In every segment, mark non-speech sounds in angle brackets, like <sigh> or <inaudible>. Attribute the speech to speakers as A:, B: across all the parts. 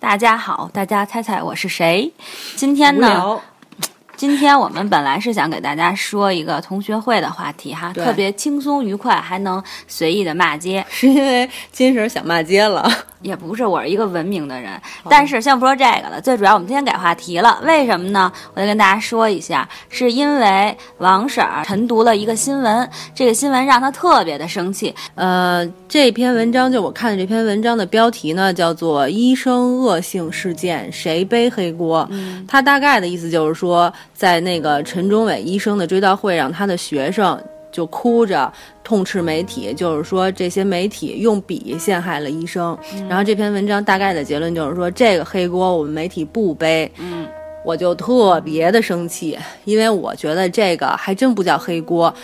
A: 大家好，大家猜猜我是谁？今天呢？今天我们本来是想给大家说一个同学会的话题哈，
B: 对
A: 特别轻松愉快，还能随意的骂街。
B: <laughs> 是因为金婶想骂街了，
A: 也不是，我是一个文明的人。但是先不说这个了，最主要我们今天改话题了，为什么呢？我就跟大家说一下，是因为王婶儿晨读了一个新闻，这个新闻让她特别的生气。
B: <laughs> 呃，这篇文章就我看的这篇文章的标题呢，叫做《医生恶性事件谁背黑锅》。他大概的意思就是说，在那个陈忠伟医生的追悼会上，他的学生就哭着痛斥媒体，就是说这些媒体用笔陷害了医生。然后这篇文章大概的结论就是说，这个黑锅我们媒体不背。
A: 嗯，
B: 我就特别的生气，因为我觉得这个还真不叫黑锅。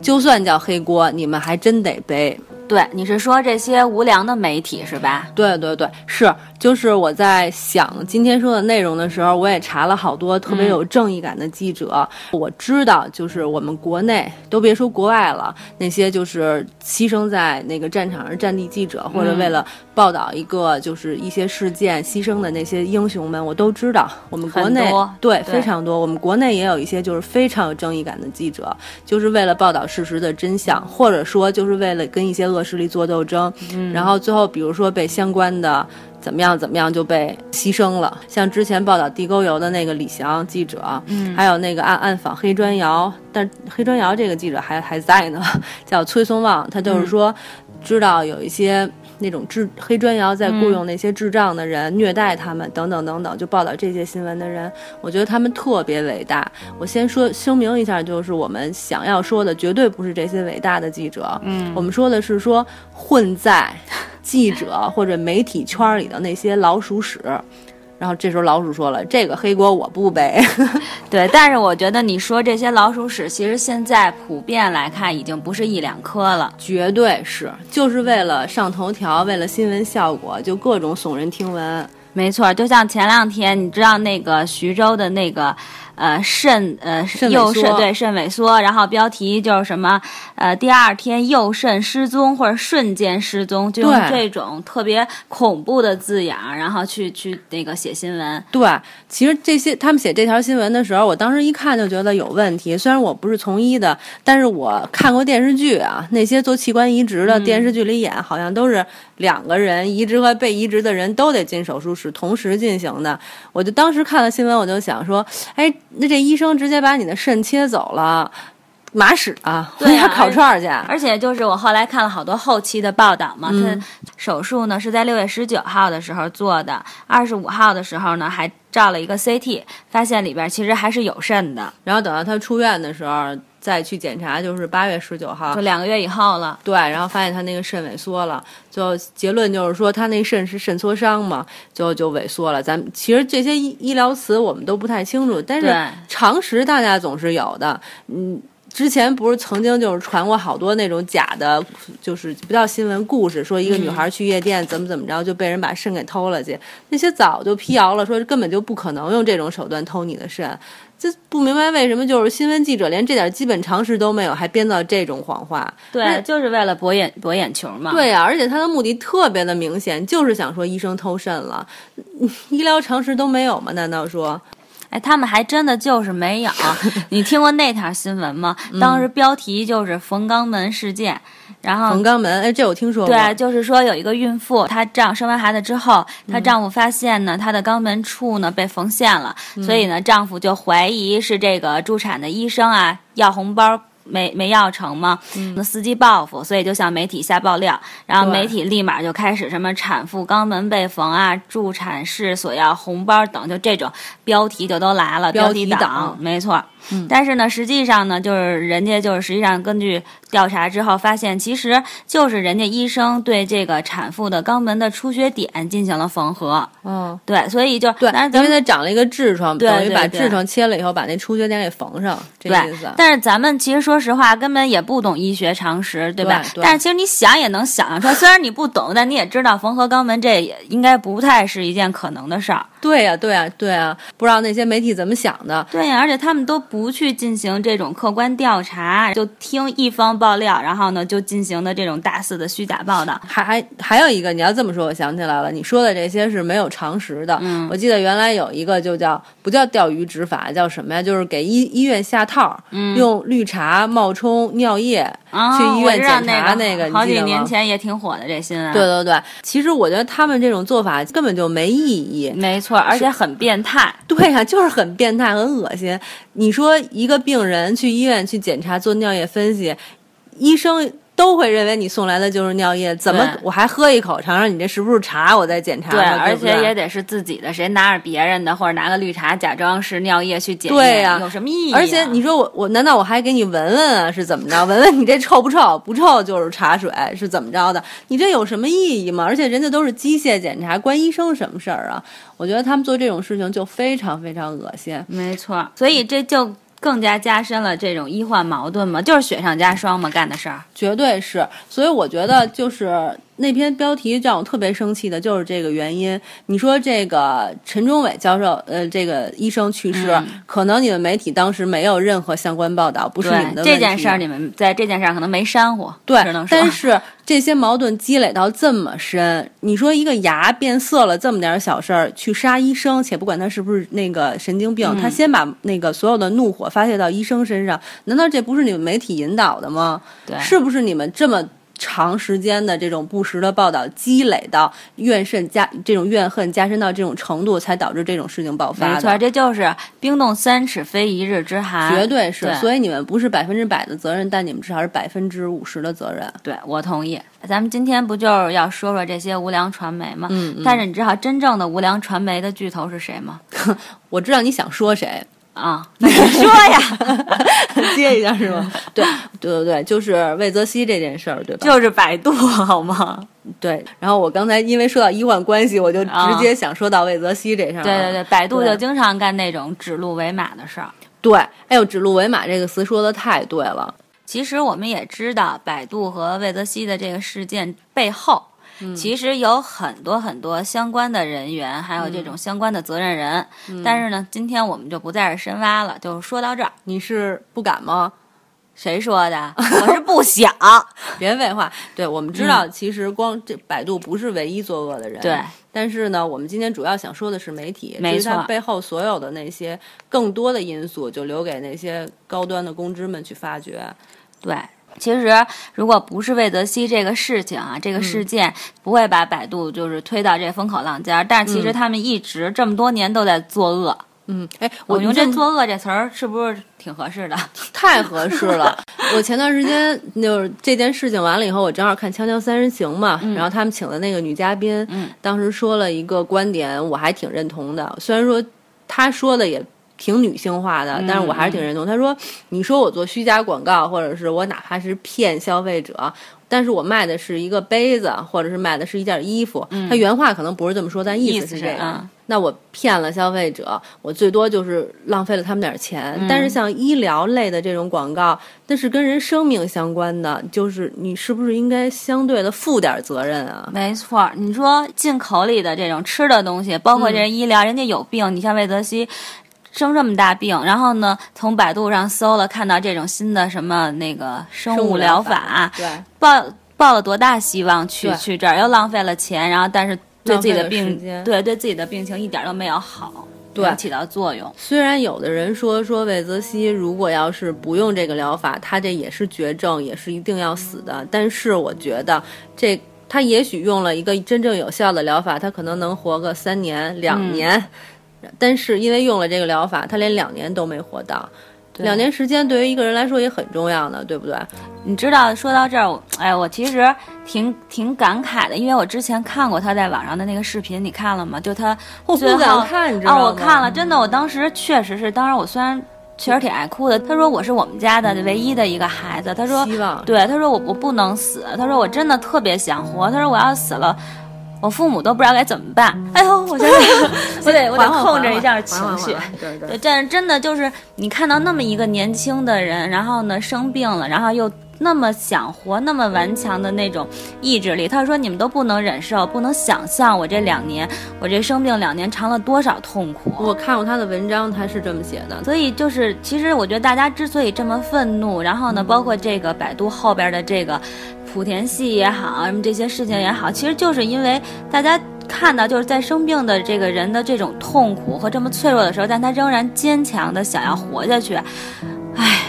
B: 就算叫黑锅，你们还真得背。
A: 对，你是说这些无良的媒体是吧？
B: 对对对，是，就是我在想今天说的内容的时候，我也查了好多
A: 嗯
B: 特别有正义感的记者。我知道，就是我们国内都别说国外了，那些就是牺牲在那个战场上战地记者，或者
A: 嗯
B: 为了报道一个就是一些事件牺牲的那些英雄们，我都知道。我们国内
A: 很多
B: 对
A: 对
B: 非常多，我们国内也有一些就是非常有正义感的记者，就是为了报道事实的真相，或者说就是为了跟一些恶势力做斗争。然后最后比如说被相关的怎么样怎么样就被牺牲了，像之前报道地沟油的那个李翔记者，嗯，还有那个暗暗访黑砖窑，但黑砖窑这个记者还还在呢， <laughs> 叫崔松旺，他就是说知道有一些。那种智黑砖窑在雇佣那些智障的人、虐待他们，等等等等，就报道这些新闻的人，我觉得他们特别伟大。我先说声明一下，就是我们想要说的绝对不是这些伟大的记者，嗯，我们说的是说混在记者或者媒体圈里的那些老鼠屎。然后这时候老鼠说了：“这个黑锅我不背。 <laughs>
A: 对，但是我觉得你说这些老鼠屎，其实现在普遍来看已经不是一两颗了”。
B: 绝对是，就是为了上头条，为了新闻效果，就各种耸人听闻。
A: 没错，就像前两天，你知道那个徐州的那个。呃，肾呃
B: 肾
A: 右
B: 萎缩
A: 肾对肾萎缩，然后标题就是什么呃，第二天右肾失踪或者瞬间失踪，就用
B: 对
A: 这种特别恐怖的字眼儿，然后去去那个写新闻。
B: 对，其实这些他们写这条新闻的时候，我当时一看就觉得有问题。虽然我不是从医的，但是我看过电视剧啊，那些做器官移植
A: 嗯
B: 的电视剧里演，好像都是两个人移植和被移植的人都得进手术室同时进行的。我就当时看了新闻，我就想说，哎，那这医生直接把你的肾切走了，马屎啊，回
A: 对啊
B: 家 <laughs> 烤串儿去。
A: 而且就是我后来看了好多后期的报道嘛，
B: 嗯
A: 他手术呢是在六月十九号的时候做的，二十五号的时候呢还照了一个 CT，发现里边其实还是有肾的，
B: 然后等到他出院的时候再去检查，就是八月十九号
A: 就。两个月以后了。
B: 对，然后发现他那个肾萎缩了，就结论就是说他那肾是肾挫伤嘛，就就萎缩了。咱们其实这些医医疗词我们都不太清楚，但是
A: 对
B: 常识大家总是有的。嗯，之前不是曾经就是传过好多那种假的，就是不叫新闻故事，说一个女孩去夜店怎么怎么着就被人把肾给偷了去，那些早就辟谣了，说根本就不可能用这种手段偷你的肾。这不明白为什么就是新闻记者连这点基本常识都没有，还编造这种谎话。
A: 对，
B: 那
A: 就是为了博眼博眼球嘛。，
B: 对呀、而且他的目的特别的明显，就是想说医生偷肾了，嗯医疗常识都没有吗？难道说
A: 哎，他们还真的就是没
B: <laughs>
A: 有。你听过那条新闻吗？
B: 嗯
A: 当时标题就是冯肛门事件，然后
B: 冯肛门？哎，这我听说
A: 嗯
B: 过。
A: 对，啊就是说有一个孕妇，她丈生完孩子之后，
B: 嗯
A: 她丈夫发现呢，她的肛门处呢被缝线了，
B: 嗯
A: 所以呢，丈夫就怀疑是这个助产的医生啊要红包。没没要成嘛，那司机报复，所以就向媒体下爆料，然后
B: 嗯对
A: 媒体立马就开始什么产妇肛门被缝啊，助产士索要红包等，就这种标题就都来了，标
B: 标
A: 题
B: 题
A: 党，
B: 党嗯
A: 没错。但是呢，实际上呢，就是人家就是实际上根据调查之后发现，其实就是人家医生对这个产妇的肛门的出血点进行了缝合，
B: 嗯，
A: 对，所以就
B: 对，
A: 但是
B: 因
A: 咱
B: 为
A: 们
B: 他长了一个痔疮，
A: 对
B: 等于
A: 对
B: 把
A: 对
B: 痔疮切了以后，把那出血点给缝上，这
A: 对
B: 意思，。啊
A: 但是咱们其实说说实话根本也不懂医学常识，对吧？
B: 对对
A: 但是其实你想也能想象出来，虽然你不懂，但你也知道缝合肛门这也应该不太是一件可能的事儿。
B: 对呀、对呀、对呀、不知道那些媒体怎么想的。
A: 对呀、而且他们都不去进行这种客观调查，就听一方爆料，然后呢就进行的这种大肆的虚假报道。
B: 还还还有一个，你要这么说，我想起来了，你说的这些是没有常识的。嗯，我记得原来有一个就叫不叫钓鱼执法，叫什么呀？就是给医医院下套，
A: 嗯
B: 用绿茶冒充尿液、
A: 啊，
B: 去医
A: 我
B: 院
A: 知
B: 检
A: 道
B: 查
A: 那
B: 个，
A: 好
B: 你记
A: 几
B: 得
A: 年
B: 吗？
A: 前也挺火的这新闻。
B: 对，对对，其实我觉得他们这种做法根本就没意义。
A: 没错，而且很变态。
B: 对呀、 <laughs> 就是很变态，很恶心。你说一个病人去医院去检查做尿液分析，医生都会认为你送来的就是尿液，怎么
A: 对
B: 我还喝一口尝尝你这是不是茶？我再检查吧，
A: 对，而
B: 对不对
A: 且也得是自己的，谁拿着别人的，或者拿个绿茶假装是尿液去检验，
B: 对呀
A: 有什么意义啊、
B: 而且你说我我难道我还给你闻闻啊？是怎
A: <laughs>
B: 么着？闻闻你这臭不臭？不臭就是茶水，是怎么着的？你这有什么意义吗？而且人家都是机械检查，关医生什么事儿啊？我觉得他们做这种事情就非常非常恶心。
A: 没错，所以这就更加加深了这种医患矛盾嘛，就是雪上加霜嘛，干的事儿。
B: 绝对是，所以我觉得就是那篇标题让我特别生气的，就是这个原因。你说这个陈忠伟教授，呃，这个医生去世，
A: 嗯
B: 可能你们媒体当时没有任何相关报道，不是你
A: 对
B: 们的
A: 这
B: 问
A: 件
B: 题
A: 事儿，你们在这件事儿可能没煽火，
B: 对
A: 只能，说
B: 但是这些矛盾积累到这么深，你说一个牙变色了这么点儿小事儿去杀医生，且不管他是不是那个神经
A: 嗯
B: 病，他先把那个所有的怒火发泄到医生身上，难道这不是你们媒体引导的吗？
A: 对
B: 是不是你们这么长时间的这种不实的报道积累到怨甚加这种怨恨加深到这种程度，才导致这种事情爆
A: 没
B: 发
A: 错，
B: 的？
A: 这就是冰冻三尺非一日之寒，
B: 绝对是，
A: 对
B: 所以你们不是百分之百的责任，但你们至少是百分之五十的责任。
A: 对，我同意。咱们今天不就是要说说这些无良传媒吗？嗯但是你知道真正的无良传媒的巨头是谁吗？
B: 我知道你想说谁，
A: 啊， <laughs> 那你说呀，
B: <laughs> 接一下是吗？ <laughs> 对对对对，就是魏则西这件事儿，对
A: <laughs>
B: 吧？
A: 就是百度好
B: 啊
A: 吗？
B: 对。然后我刚才因为说到医患关系，我就直接想说到魏则西这事儿、
A: 啊对对对，，百度
B: 对
A: 就经常干那种指鹿为马的事儿。
B: 对。哎呦，指鹿为马这个词说的太对了。
A: 其实我们也知道，百度和魏则西的这个事件背后，
B: 嗯
A: 其实有很多很多相关的人员，还有这
B: 嗯
A: 种相关的责任人。但是呢，今天我们就不在这儿深挖了，就说到这儿。
B: 你是不敢吗？
A: 谁说
B: <laughs>
A: 的？我是不想。
B: 别废话。对我们知道，其实光这百度不是唯一作恶的人。
A: 嗯对。
B: 但是呢，我们今天主要想说的是媒体，
A: 没
B: 至于它
A: 错
B: 背后所有的那些更多的因素，就留给那些高端的公知们去发掘。
A: 对，其实如果不是魏则西这个事情啊，这个
B: 嗯
A: 事件不会把百度就是推到这风口浪尖儿。但是其实他们一直这么多年都在作恶。
B: 嗯，哎，
A: 我用这“
B: 做。
A: 作恶”这词儿是不是挺合适的？
B: 太合适了！我前段时间就是这件事情完了以后，我正好看《锵锵三人行》嘛，然后他们请的那个女嘉宾，
A: 嗯
B: 当时说了一个观点，我还挺认同的。虽然说她说的也挺女性化的，但是我还是挺认同。她说：“你说我做虚假广告，或者是我哪怕是骗消费者。”但是我卖的是一个杯子，或者是卖的是一件衣服。她原话可能不是这么说，但意
A: 意思
B: 是
A: 是
B: 这样。
A: 嗯
B: 那我骗了消费者，我最多就是浪费了他们点儿钱。但是像医疗类的这种广告，那是跟人生命相关的，就是你是不是应该相对的负点儿责任啊？
A: 没错儿，你说进口里的这种吃的东西，包括
B: 嗯
A: 这医疗，人家有病，你像魏则西。生这么大病，然后呢，从百度上搜了，看到这种新的什么那个生
B: 生物
A: 物
B: 疗
A: 疗
B: 法
A: 法，
B: 对，
A: 抱抱了多大希望去
B: 对
A: 去这儿，又浪费了钱，然后但是对
B: 浪
A: 自己
B: 费
A: 的
B: 了
A: 病
B: 时间，
A: 对对自己的病情一点儿都没有好，
B: 对
A: 没有起到作用。
B: 虽然有的人说说魏则西如果要是不用这个疗法，他这也是绝症，也是一定要死的。但是我觉得这他也许用了一个真正有效的疗法，他可能能活个三年
A: 嗯
B: 两年。但是因为用了这个疗法，他连两年都没活到。两年时间对于一个人来说也很重要呢，对不对？
A: 你知道，说到这儿，我哎，我其实挺挺感慨的，因为我之前看过他在网上的那个视频，你看了吗？就他
B: 我
A: 最
B: 不敢
A: 后
B: 看你知道
A: 啊、
B: 吗
A: 我看了，真的，我当时确实是，当时我虽然确实挺爱哭的。他说我是我们家的唯一的一个孩子，他说
B: 希望
A: 对，他说我我不能死，他说我真的特别想活，他说我要死了。我父母都不知道该怎么办。哎呦，我觉
B: <laughs>
A: 得我得我得
B: 缓缓
A: 控制一下
B: 缓缓
A: 情绪
B: 缓。缓对对
A: 对，但是真的就是你看到那么一个年轻的人，然后呢生病了，然后又那么想活、那么顽强的那种意志力。他说你们都不能忍受，不能想象我这两年，我这生病两年尝了多少痛苦。
B: 我看过他的文章，他是这么写的。
A: 所以就是，其实我觉得大家之所以这么愤怒，然后呢，
B: 嗯
A: 包括这个百度后边的这个莆田系也好，什么这些事情也好，
B: 嗯
A: 其实就是因为大家。看到就是在生病的这个人的这种痛苦和这么脆弱的时候，但他仍然坚强的想要活下去，唉，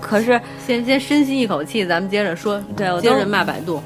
A: 可是
B: 先先深吸一口气，咱们接着说，
A: 对我都
B: 接着骂百
A: <laughs>
B: 度。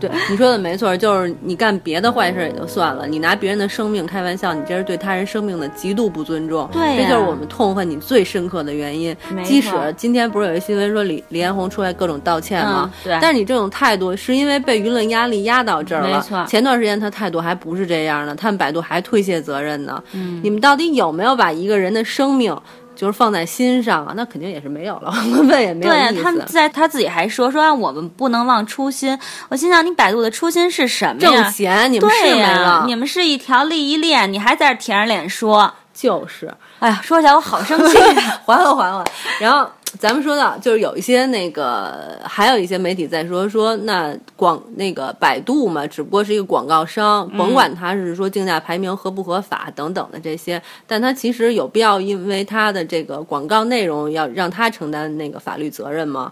B: 对，你说的没错，就是你干别的坏事也就算了，你拿别人的生命开玩笑，你这是对他人生命的极度不尊重。
A: 对呀
B: 这就是我们痛恨你最深刻的原因
A: 没。错
B: 即使今天不是有一新闻说李李彦宏出来各种道歉吗？
A: 嗯对
B: 但是你这种态度是因为被舆论压力压到这儿了。
A: 没错
B: 前段时间他态度还不是这样呢，他们百度还推卸责任呢。嗯，你们到底有没有把一个人的生命？就是放在心上啊，那肯定也是没有了，我们问也没有意
A: 对啊
B: 思。
A: 他们在他自己还说说啊我们不能忘初心，我心想你百度的初心是什么
B: 挣
A: 哎呀？
B: 钱，你们是
A: 对
B: 没
A: 呀
B: 了，，
A: 你们是一条利益链，你还在这舔着脸说，
B: 就是
A: 哎呀，说起来我好生 <laughs> 气。
B: 缓缓缓缓。然后咱们说到，就是有一些那个，还有一些媒体在说说那广那个百度嘛，只不过是一个广告商，
A: 嗯
B: 甭管它是说竞价排名合不合法等等的这些，但它其实有必要因为它的这个广告内容要让它承担那个法律责任吗？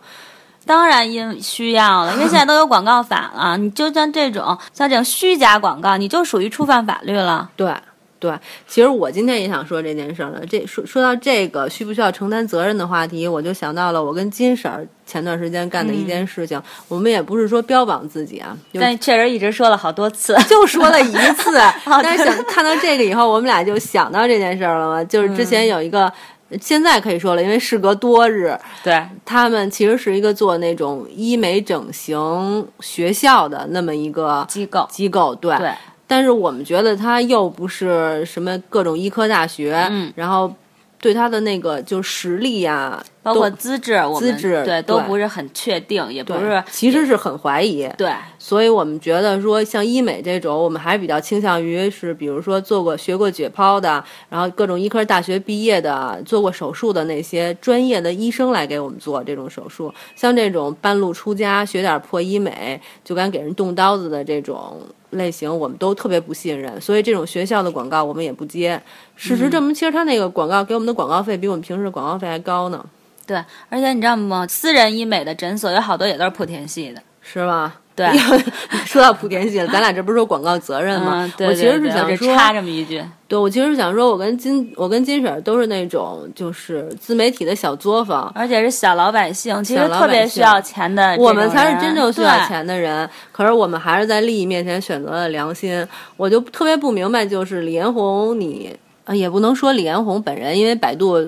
A: 当然因需要了，因为现在都有广告法了。你就像这种像这种虚假广告，你就属于触犯法律了。
B: 对对，其实我今天也想说这件事儿了。这说说到这个需不需要承担责任的话题，我就想到了我跟金婶儿前段时间干的一件事情。我们也不是说标榜自己啊，
A: 嗯
B: 就
A: 哎但确实一直说了好多次， <laughs>
B: 就说了一次，
A: 哦
B: 但是想看到这个以后，我们俩就想到这件事儿了嘛。就是
A: 嗯
B: 之前有一个，现在可以说了，因为事隔多日，
A: <laughs> 对，
B: 他们其实是一个做那种医美整形学校的那么一个
A: 机构
B: 机构，对
A: 对，
B: 但是我们觉得他又不是什么各种医科大学，
A: 嗯
B: 然后对他的那个就实力呀、
A: 包括
B: 都
A: 资质，我们
B: 资质
A: 对都
B: 对
A: 不是很确定，也不
B: 对
A: 是
B: 其实是很怀疑。
A: 对
B: 所以我们觉得说，像医美这种，我们还比较倾向于是，比如说做过学过解剖的，然后各种医科大学毕业的，做过手术的那些专业的医生来给我们做这种手术。像这种半路出家学点破医美，就敢给人动刀子的这种类型，我们都特别不信任。所以这种学校的广告我们也不接。事实证
A: 嗯
B: 明，其实他那个广告给我们的广告费比我们平时的广告费还高呢，
A: 对。而且你知道吗？私人医美的诊所有好多也都是莆田系的。
B: 是吧？
A: 对
B: <laughs> 说到莆田系了，咱俩这不是说广告责任吗？
A: 嗯，对
B: 我
A: 对
B: 其实是
A: 对我
B: 想
A: 就
B: 说，
A: 插这么一句，
B: 对，我其实想说，我跟金，我跟金婶儿都是那种就是自媒体的小作坊，
A: 而且是小老百姓，其
B: 小
A: 实
B: 老
A: 特别
B: 百
A: 需
B: 姓
A: 要钱的这种人，
B: 我们才是真正需要
A: 对。
B: 钱的人。可是我们还是在利益面前选择了良心，我就特别不明白，就是李彦宏你，啊也不能说李彦宏本人，因为百度。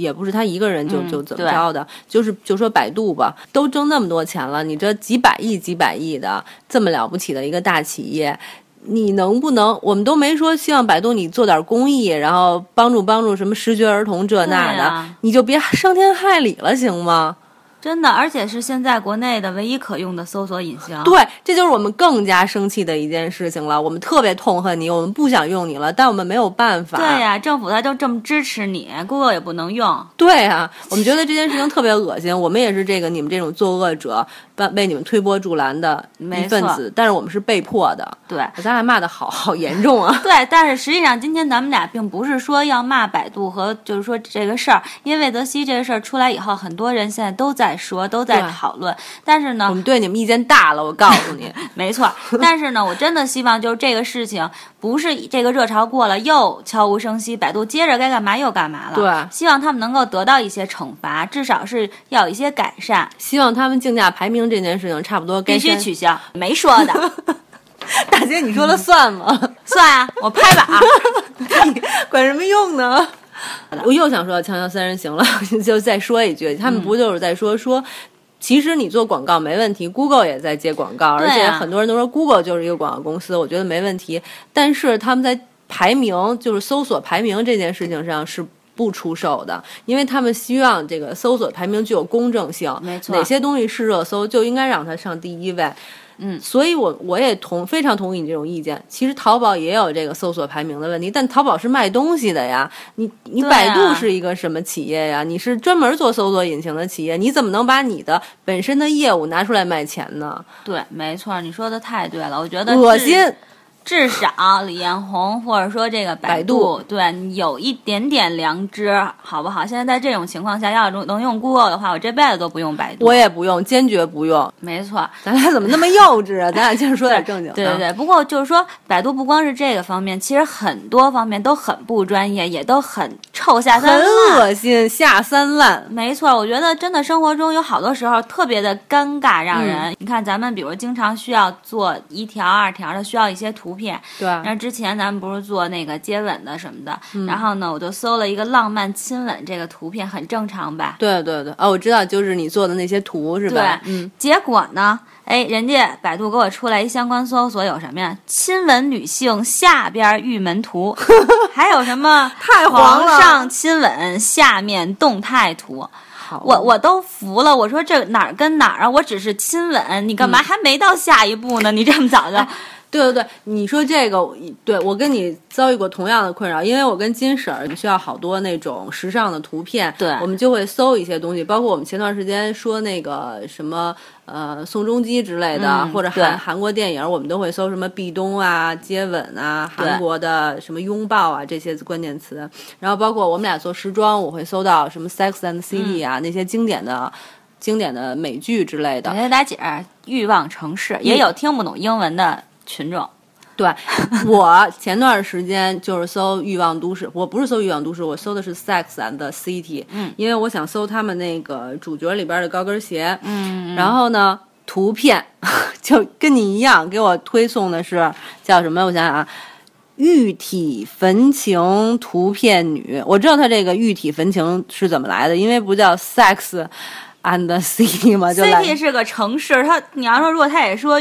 B: 也不是他一个人就
A: 嗯
B: 就怎么
A: 对
B: 着的，就是就说百度吧，都挣那么多钱了，你这几百亿几百亿的这么了不起的一个大企业，你能不能？我们都没说希望百度你做点公益，然后帮助帮助什么失学儿童这那
A: 对
B: 的，
A: 啊
B: 你就别伤天害理了，行吗？
A: 真的，而且是现在国内的唯一可用的搜索引擎。
B: 对，这就是我们更加生气的一件事情了。我们特别痛恨你，我们不想用你了，但我们没有办法。
A: 对呀、政府它就这么支持你，Google 也不能用。
B: 对啊，我们觉得这件事情特别恶心。我们也是这个你们这种作恶者被被你们推波助澜的
A: 没
B: 一份
A: 错
B: 子，但是我们是被迫的。
A: 对
B: 咱俩骂的好好严重
A: <laughs>
B: 啊！
A: 对，但是实际上今天咱们俩并不是说要骂百度和就是说这个事儿，因为魏则西这个事儿出来以后，很多人现在都在说，都在
B: 对嗯
A: 讨论。但是
B: 我
A: 呢，
B: 们对你们意见大了，我告诉
A: <laughs>
B: 你。
A: 没
B: <laughs>
A: 错，但是呢，我真的希望就是这个事情不是这个热潮过了又悄无声息，百度接着该干嘛又干嘛了。
B: 对
A: 希望他们能够得到一些惩罚，至少是要有一些改善，
B: 希望他们竞价排名这件事情差不多该
A: 必须
B: 删。 <laughs>
A: 取消。没说的。 <laughs>
B: 大姐，你说了算吗？
A: 算啊，我拍板、啊。
B: <laughs> 管什么用呢？我又想说到《锵锵三人行》了， <laughs> 就再说一句，他们不就是在说说。其实你做广告没问题，Google 也在接广告，
A: 对
B: 而
A: 啊
B: 且很多人都说 Google 就是一个广告公司，我觉得没问题。但是他们在排名，就是搜索排名这件事情上是不出售的，因为他们希望这个搜索排名具有公正性，
A: 没错
B: 哪些东西是热搜就应该让它上第一位。
A: 嗯
B: 所以我我也同非常同意你这种意见。其实淘宝也有这个搜索排名的问题，但淘宝是卖东西的呀，你你
A: 对啊
B: 百度是一个什么企业呀？你是专门做搜索引擎的企业，你怎么能把你的本身的业务拿出来卖钱呢？
A: 对，没错，你说的太对了，我觉得
B: 恶
A: 至
B: 心！
A: 至少李彦宏或者说这个百
B: 百
A: 对你有一点点良知，好不好？现在在这种情况下，要是能用 Google 的话，我这辈子都不用百度。
B: 我也不用，坚决不用。 <laughs>
A: 没错，
B: 咱俩怎么那么幼稚啊？咱俩接着说点正经的。啊
A: 对对对，不过就是说，百度不光是这个方面，其实很多方面都很不专业，也都很臭下三
B: 很
A: 滥。
B: 恶心，下三滥。
A: 没错，我觉得真的生活中有好多时候特别的尴尬，让
B: 嗯
A: 人、你看咱们比如经常需要做一条二条的，需要一些图片。
B: 对，
A: 那之前咱们不是做那个接吻的什么的，
B: 嗯
A: 然后呢，我就搜了一个浪漫亲吻这个图片，很正常吧？
B: 对对对，哦，我知道，就是你做的那些图是吧？嗯，
A: 结果呢，哎，人家百度给我出来一相关搜索，有什么呀？亲吻女性下边玉门
B: <laughs>
A: 图，还有什么
B: 太黄
A: 皇
B: 了
A: 上亲吻下面动态图。
B: 好，
A: 我我都服了，我说这哪儿跟哪儿啊？我只是亲吻，你干
B: 嗯
A: 嘛还没到下一步呢？你这么早就，
B: 对对对，你说这个，我对我跟你遭遇过同样的困扰，因为我跟金婶儿需要好多那种时尚的图片，
A: 对
B: 我们就会搜一些东西，包括我们前段时间说那个什么呃宋仲基之类的，
A: 嗯
B: 或者
A: 对
B: 韩韩国电影，我们都会搜什么壁咚啊、接吻啊、
A: 对
B: 韩国的什么拥抱啊这些关键词，然后包括我们俩做时装，我会搜到什么 Sex and the City
A: 嗯
B: 啊、那些经典的。经典的美剧之类的
A: 我，给大家解释《欲望城市》，也有听不懂英文的群众。
B: 对我前段时间就是搜《欲望都市》，我不是搜《欲望都市》，我搜的是《Sex and the City》，
A: 嗯，
B: 因为我想搜他们那个主角里边的高跟鞋，
A: 嗯，
B: 然后呢，图片就跟你一样，给我推送的是叫什么？我想想啊。玉体焚情图片女，我知道她这个玉体焚情是怎么来的，因为不叫 sex and the city 吗？就来
A: City 是个城市，它你要说如果他也说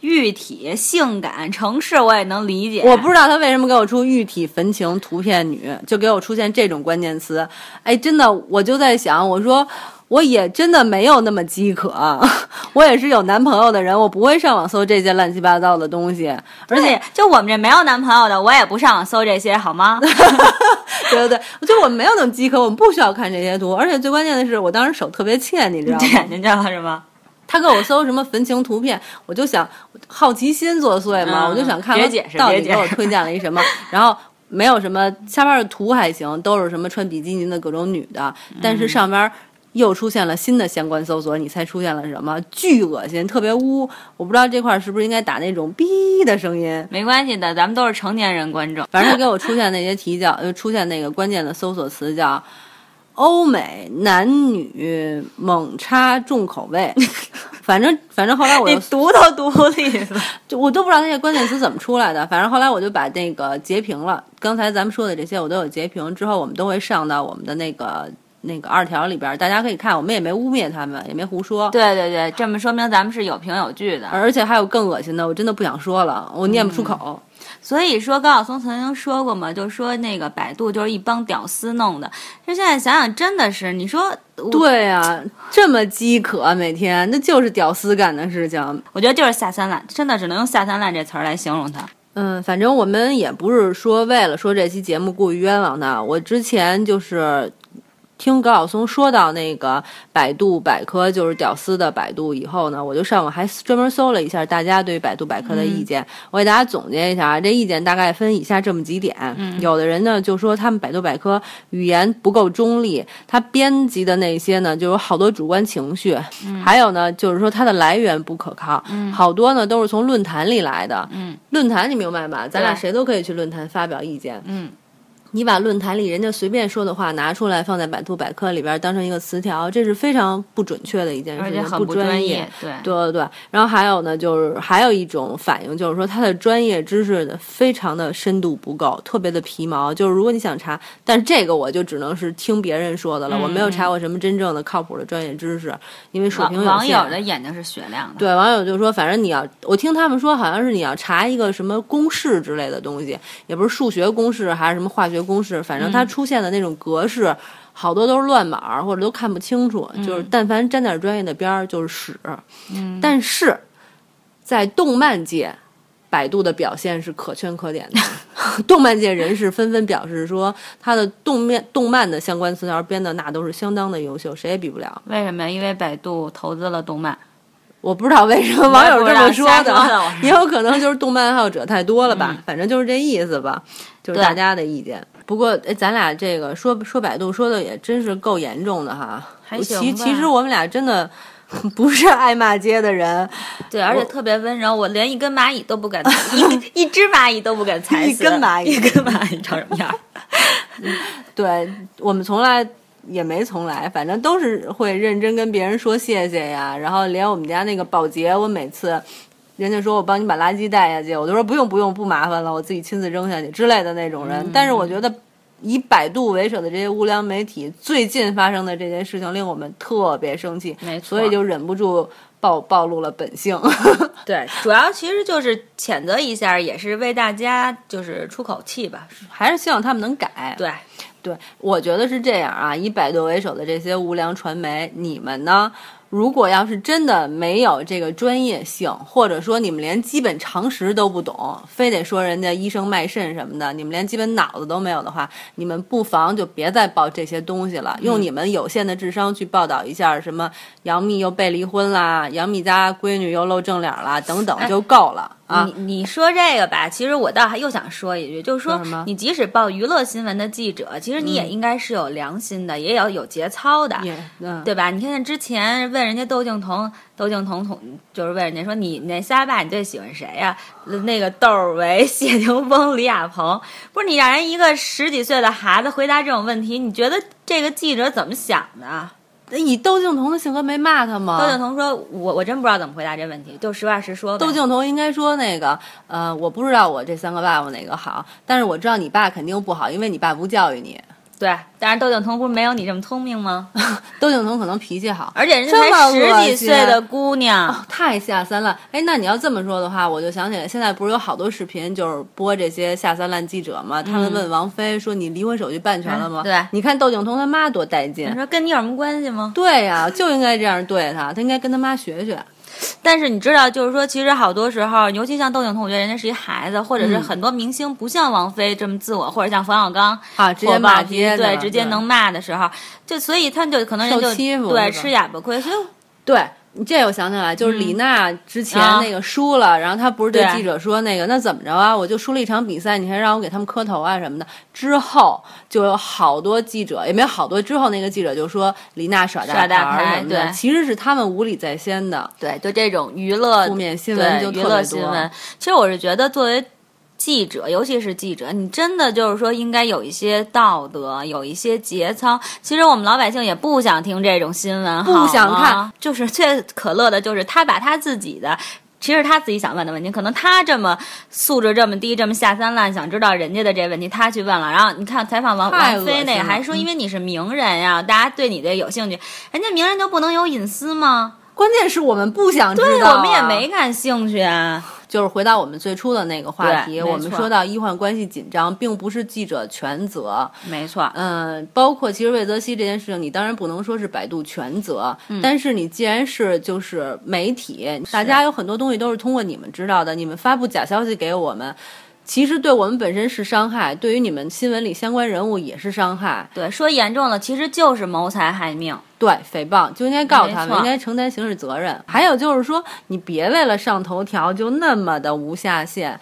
A: 玉体、性感、城市，我也能理解。
B: 我不知道他为什么给我出“玉体焚情图片女”，就给我出现这种关键词。哎，真的，我就在想，我说我也真的没有那么饥渴， <laughs> 我也是有男朋友的人，我不会上网搜这些乱七八糟的东西。而且
A: 对，就我们这没有男朋友的，我也不上网搜这些，好
B: <laughs>
A: 吗？
B: 对对对，就我们没有那么饥渴，我们不需要看这些图。而且最关键的是，我当时手特别欠，你知道吗？
A: 对，您知道是吗？
B: 他给我搜什么焚情图片，我就想好奇心作祟嘛，
A: 嗯
B: 我就想看
A: 别
B: 看
A: 解释
B: 到
A: 别
B: 底给我
A: 解释
B: 推荐了一什
A: <laughs>
B: 么，然后。没有什么下边的图还行，都是什么穿比基尼的各种女的，
A: 嗯
B: 但是上边又出现了新的相关搜索，你猜出现了什么？巨恶心，特别污！我不知道这块儿是不是应该打那种“哔”的声音，
A: 没关系的，咱们都是成年人观众。
B: 反正给我出现那些题叫， <laughs> 呃，出现那个关键的搜索词叫“欧美男女猛插重口味”，反正反正后来我
A: 你
B: 又
A: 读都读里
B: <laughs>
A: 了，
B: 就我都不知道那些关键词怎么出来的，反正后来我就把那个截屏了。刚才咱们说的这些我都有截屏，之后我们都会上到我们的那个那个二条里边儿，大家可以看，我们也没污蔑他们，也没胡说。
A: 对对对，这么说明咱们是有凭有据的。
B: 而且还有更恶心的，我真的不想说了，我念不出口。
A: 所以说，高晓松曾经说过嘛，就说那个百度就是一帮屌丝弄的。就现在想想，真的是，你说我
B: 对呀、这么饥渴，啊每天那就是屌丝干的事情。
A: 我觉得就是下三滥，真的只能用下三滥这词儿来形容它。
B: 嗯，反正我们也不是说为了说这期节目故意冤枉他。我之前就是听高晓松说到那个百度百科就是屌丝的百度以后呢，我就上网还专门搜了一下大家对百度百科的意见。我给大家总结一下啊，这意见大概分以下这么几点。有的人呢就说他们百度百科语言不够中立，他编辑的那些呢就有好多主观情绪，还有呢就是说它的来源不可靠，好多呢都是从论坛里来的。论坛你明白吧？咱俩
A: 对
B: 谁都可以去论坛发表意见。
A: 嗯，
B: 你把论坛里人家随便说的话拿出来放在百度百科里边当成一个词条，这是非常不准确的一件
A: 而
B: 事
A: 且
B: 情，
A: 很
B: 不
A: 专
B: 业。，
A: 对。
B: 对对对，然后还有呢，就是还有一种反应，就是说他的专业知识的非常的深度不够，特别的皮毛。就是如果你想查，但这个我就只能是听别人说的了，我没有查过什么真正的靠谱的专业知识，因为水
A: 嗯
B: 平
A: 网
B: 有
A: 网
B: 限啊
A: 友的眼睛是雪亮的，
B: 对，网友就说，反正你要，我听他们说，好像是你要查一个什么公式之类的东西，也不是数学公式还是什么化学公式，反正它出现的那种格式，好多都是乱码儿或者都看不清楚，就是但凡沾点专业的边儿就是屎。但是在动漫界，百度的表现是可圈可点的。动漫界人士纷纷表示说，它的动面动漫的相关词条编的那都是相当的优秀，谁也比不了。
A: 为什么呀？因为百度投资了动漫。
B: 我不知道为什么网友这么说
A: 我也不知道瞎说的我
B: 的，也有可能就是动漫爱好者太多了吧，反正就是这意思吧，就是
A: 对
B: 大家的意见。不过，哎，咱俩这个说说百度说的也真是够严重的哈。
A: 还行
B: 其
A: 吧
B: 其实我们俩真的 <laughs> 不是爱骂街的人，
A: 对，而且特别温柔，我连一根蚂蚁都不敢， <laughs> 一一只蚂蚁都不敢踩死，
B: 一根蚂蚁
A: 一根蚂蚁长什么样 <laughs> 儿？
B: 对我们从来也没从来，反正都是会认真跟别人说谢谢呀。然后连我们家那个保洁，我每次人家说我帮你把垃圾带下去，我都说不用不用，不麻烦了，我自己亲自扔下去之类的那种人。但是我觉得。以百度为首的这些无良媒体最近发生的这件事情，令我们特别生气，
A: 没错
B: 所以就忍不住暴暴露了本性。 <laughs>
A: 对，主要其实就是谴责一下，也是为大家就是出口气吧。
B: 还是希望他们能改。
A: 对，
B: 对，我觉得是这样啊。以百度为首的这些无良传媒，你们呢？如果要是真的没有这个专业性，或者说你们连基本常识都不懂，非得说人家医生卖肾什么的，你们连基本脑子都没有的话，你们不妨就别再报这些东西了，
A: 嗯
B: 用你们有限的智商去报道一下什么杨幂又被离婚啦，杨幂家闺女又露正脸啦，等等就够了、啊。
A: 哎你你说这个吧，其实我倒还又想说一句，就是说
B: 说什么嗯
A: 你即使报娱乐新闻的记者，其实你也应该是有良心的，也要有节操的。
B: 也嗯，
A: 对吧？你看之前问人家窦靖童，窦靖童同就是问人家说你你那仨爸你最喜欢谁呀、那个窦儿唯、谢霆锋、李亚鹏，不是你让人一个十几岁的孩子回答这种问题，你觉得这个记者怎么想的？啊
B: 那以窦靖童的性格没骂他吗？
A: 窦靖童说：“我我真不知道怎么回答这问题，就实话实说呗。”
B: 窦靖童应该说那个，呃，我不知道我这三个爸爸哪个好，但是我知道你爸肯定不好，因为你爸不教
A: <laughs>
B: 育你。
A: 对，但是窦靖童不是没有你这么聪明吗？
B: 窦靖童可能脾气好，
A: 而且人家
B: 这么
A: 才十几
B: 恶心哦
A: 岁的姑娘，
B: 太下三滥。哎，那你要这么说的话，我就想起来，现在不是有好多视频就是播这些下三滥记者吗？他们问王菲说：“你离婚手续办全了吗？”
A: 嗯对
B: 你看窦靖童他妈多带
A: <laughs>
B: 劲
A: 你。说跟你有什么关系吗？
B: 对呀、就应该这样对他，他应该跟他妈学学。
A: 但是你知道，就是说，其实好多时候，尤其像窦靖童，我觉得人家是一孩子，或者
B: 嗯
A: 是很多明星不像王菲这么自我，或者像冯小刚
B: 啊直接
A: 火爆
B: 骂街的
A: 对，直接
B: 对
A: 能骂的时候，就所以他们就可能人
B: 受
A: 就
B: 欺负
A: 对
B: 是吧
A: 吃哑巴亏，所以
B: 对。你这我想起来，就是李娜之
A: 嗯
B: 前
A: 啊
B: 那个输了，然后她不是对
A: 对
B: 记者说那个那怎么着啊？我就输了一场比赛，你还让我给他们磕头啊什么的。之后就有好多记者，也没有好多，之后那个记者就说李娜耍
A: 耍大
B: 牌儿
A: 牌
B: 什么的，
A: 对
B: 其实是他们无理在先的。
A: 对，就这种娱乐
B: 负面新闻
A: 对
B: 就特
A: 娱
B: 别
A: 乐
B: 多
A: 新闻。其实我是觉得，作为记者，尤其是记者，你真的就是说应该有一些道德，有一些节操。其实我们老百姓也不想听这种新闻，
B: 不想
A: 好吗
B: 看。
A: <laughs> 就是最可乐的，就是他把他自己的。其实他自己想问的问题，可能他这么素质这么低，这么下三滥，想知道人家的这问题，他去问了。然后你看采访王
B: 太
A: 王菲
B: 恶
A: 那个，
B: 心了嗯
A: 还说因为你是名人呀、大家对你的有兴趣，人家名人就不能有隐私吗？
B: 关键是我们不想知
A: 对，
B: 道、啊
A: 我们也没。感兴趣啊。
B: 就是回到我们最初的那个话
A: 对
B: 题，
A: 没错
B: 我们说到医患关系紧张，并不是记者全责，
A: 没错，
B: 嗯，包括其实魏则西这件事情，你当然不能说是百度全责，但是你既然是就是媒体，大家有很多东西都是通过你们知道的，你们发布假消息给我们，其实对我们本身是伤害，对于你们新闻里相关人物也是伤害，
A: 对，说严重了，其实就是谋财害命。
B: 对诽谤就应该告
A: 没
B: 他们，
A: 错
B: 应该承担刑事责任。还有就是说，你别为了上头条就那么的无下限。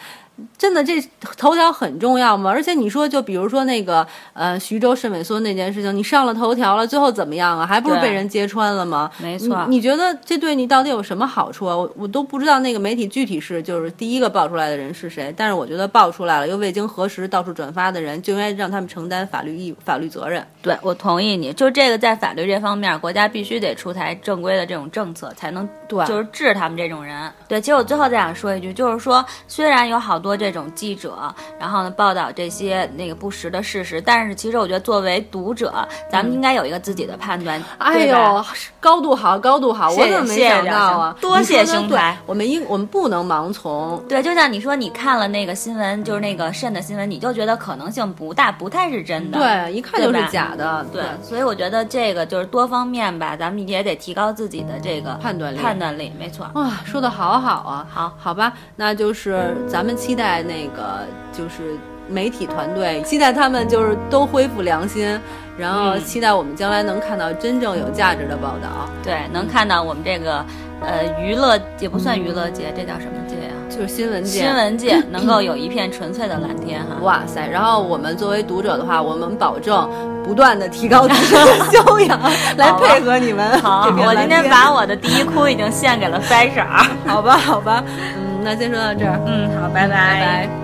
B: 真的，这头条很重要吗？而且你说，就比如说那个呃，徐州肾萎缩那件事情，你上了头条了，最后怎么样啊？还不是
A: 对
B: 被人揭穿了吗？
A: 没错
B: 你你觉得这对你到底有什么好处啊？我我都不知道那个媒体具体是就是第一个爆出来的人是谁，但是我觉得爆出来了又未经核实到处转发的人，就应该让他们承担法律义法律责任。
A: 对，我同意你，就这个在法律这方面，国家必须得出台正规的这种政策，才能
B: 对
A: 就是治他们这种人。对，其实我最后再想说一句，就是说，虽然有好多多这种记者，然后呢报道这些那个不实的事实。但是其实我觉得，作为读者，咱们应该有一个自己的判断。
B: 嗯哎
A: 对吧，
B: 呦，高度好，高度好，
A: 谢
B: 我
A: 谢
B: 怎么没想到啊？
A: 谢谢多谢
B: 你说的
A: 兄
B: 对
A: 台，
B: 我们应我们不能盲从。
A: 对，就像你说，你看了那个新闻，就是那个肾的新闻，你就觉得可能性不大，不太是真的。
B: 对，一看就
A: 对
B: 是
A: 吧
B: 假的。
A: 对，所以我觉得这个就是多方面吧，咱们也得提高自己的这个
B: 判断力哦
A: 判断力，没错。
B: 哇，说的好好啊，
A: 好
B: 好吧，那就是咱们期待那个就是媒体团队，期待他们就是都恢复良心，然后
A: 嗯
B: 期待我们将来能看到真正有价值的报道，
A: 对，能看到我们这个呃娱乐也不算娱乐界，这叫什么界啊？
B: 就是新闻界。
A: 新闻
B: <laughs>
A: 界能够有一片纯粹的蓝天哈。
B: 哇塞！然后我们作为读者的话，我们保证不断的提高自己的修养，来
A: 好吧
B: 配合你们。
A: 好，
B: 这片
A: 我
B: 蓝
A: 今天
B: 天
A: 把我的第一哭
B: <laughs>
A: 已经献给了三婶儿。
B: 好吧，好吧，嗯，那先说到这儿，
A: 嗯，好，拜拜
B: 拜拜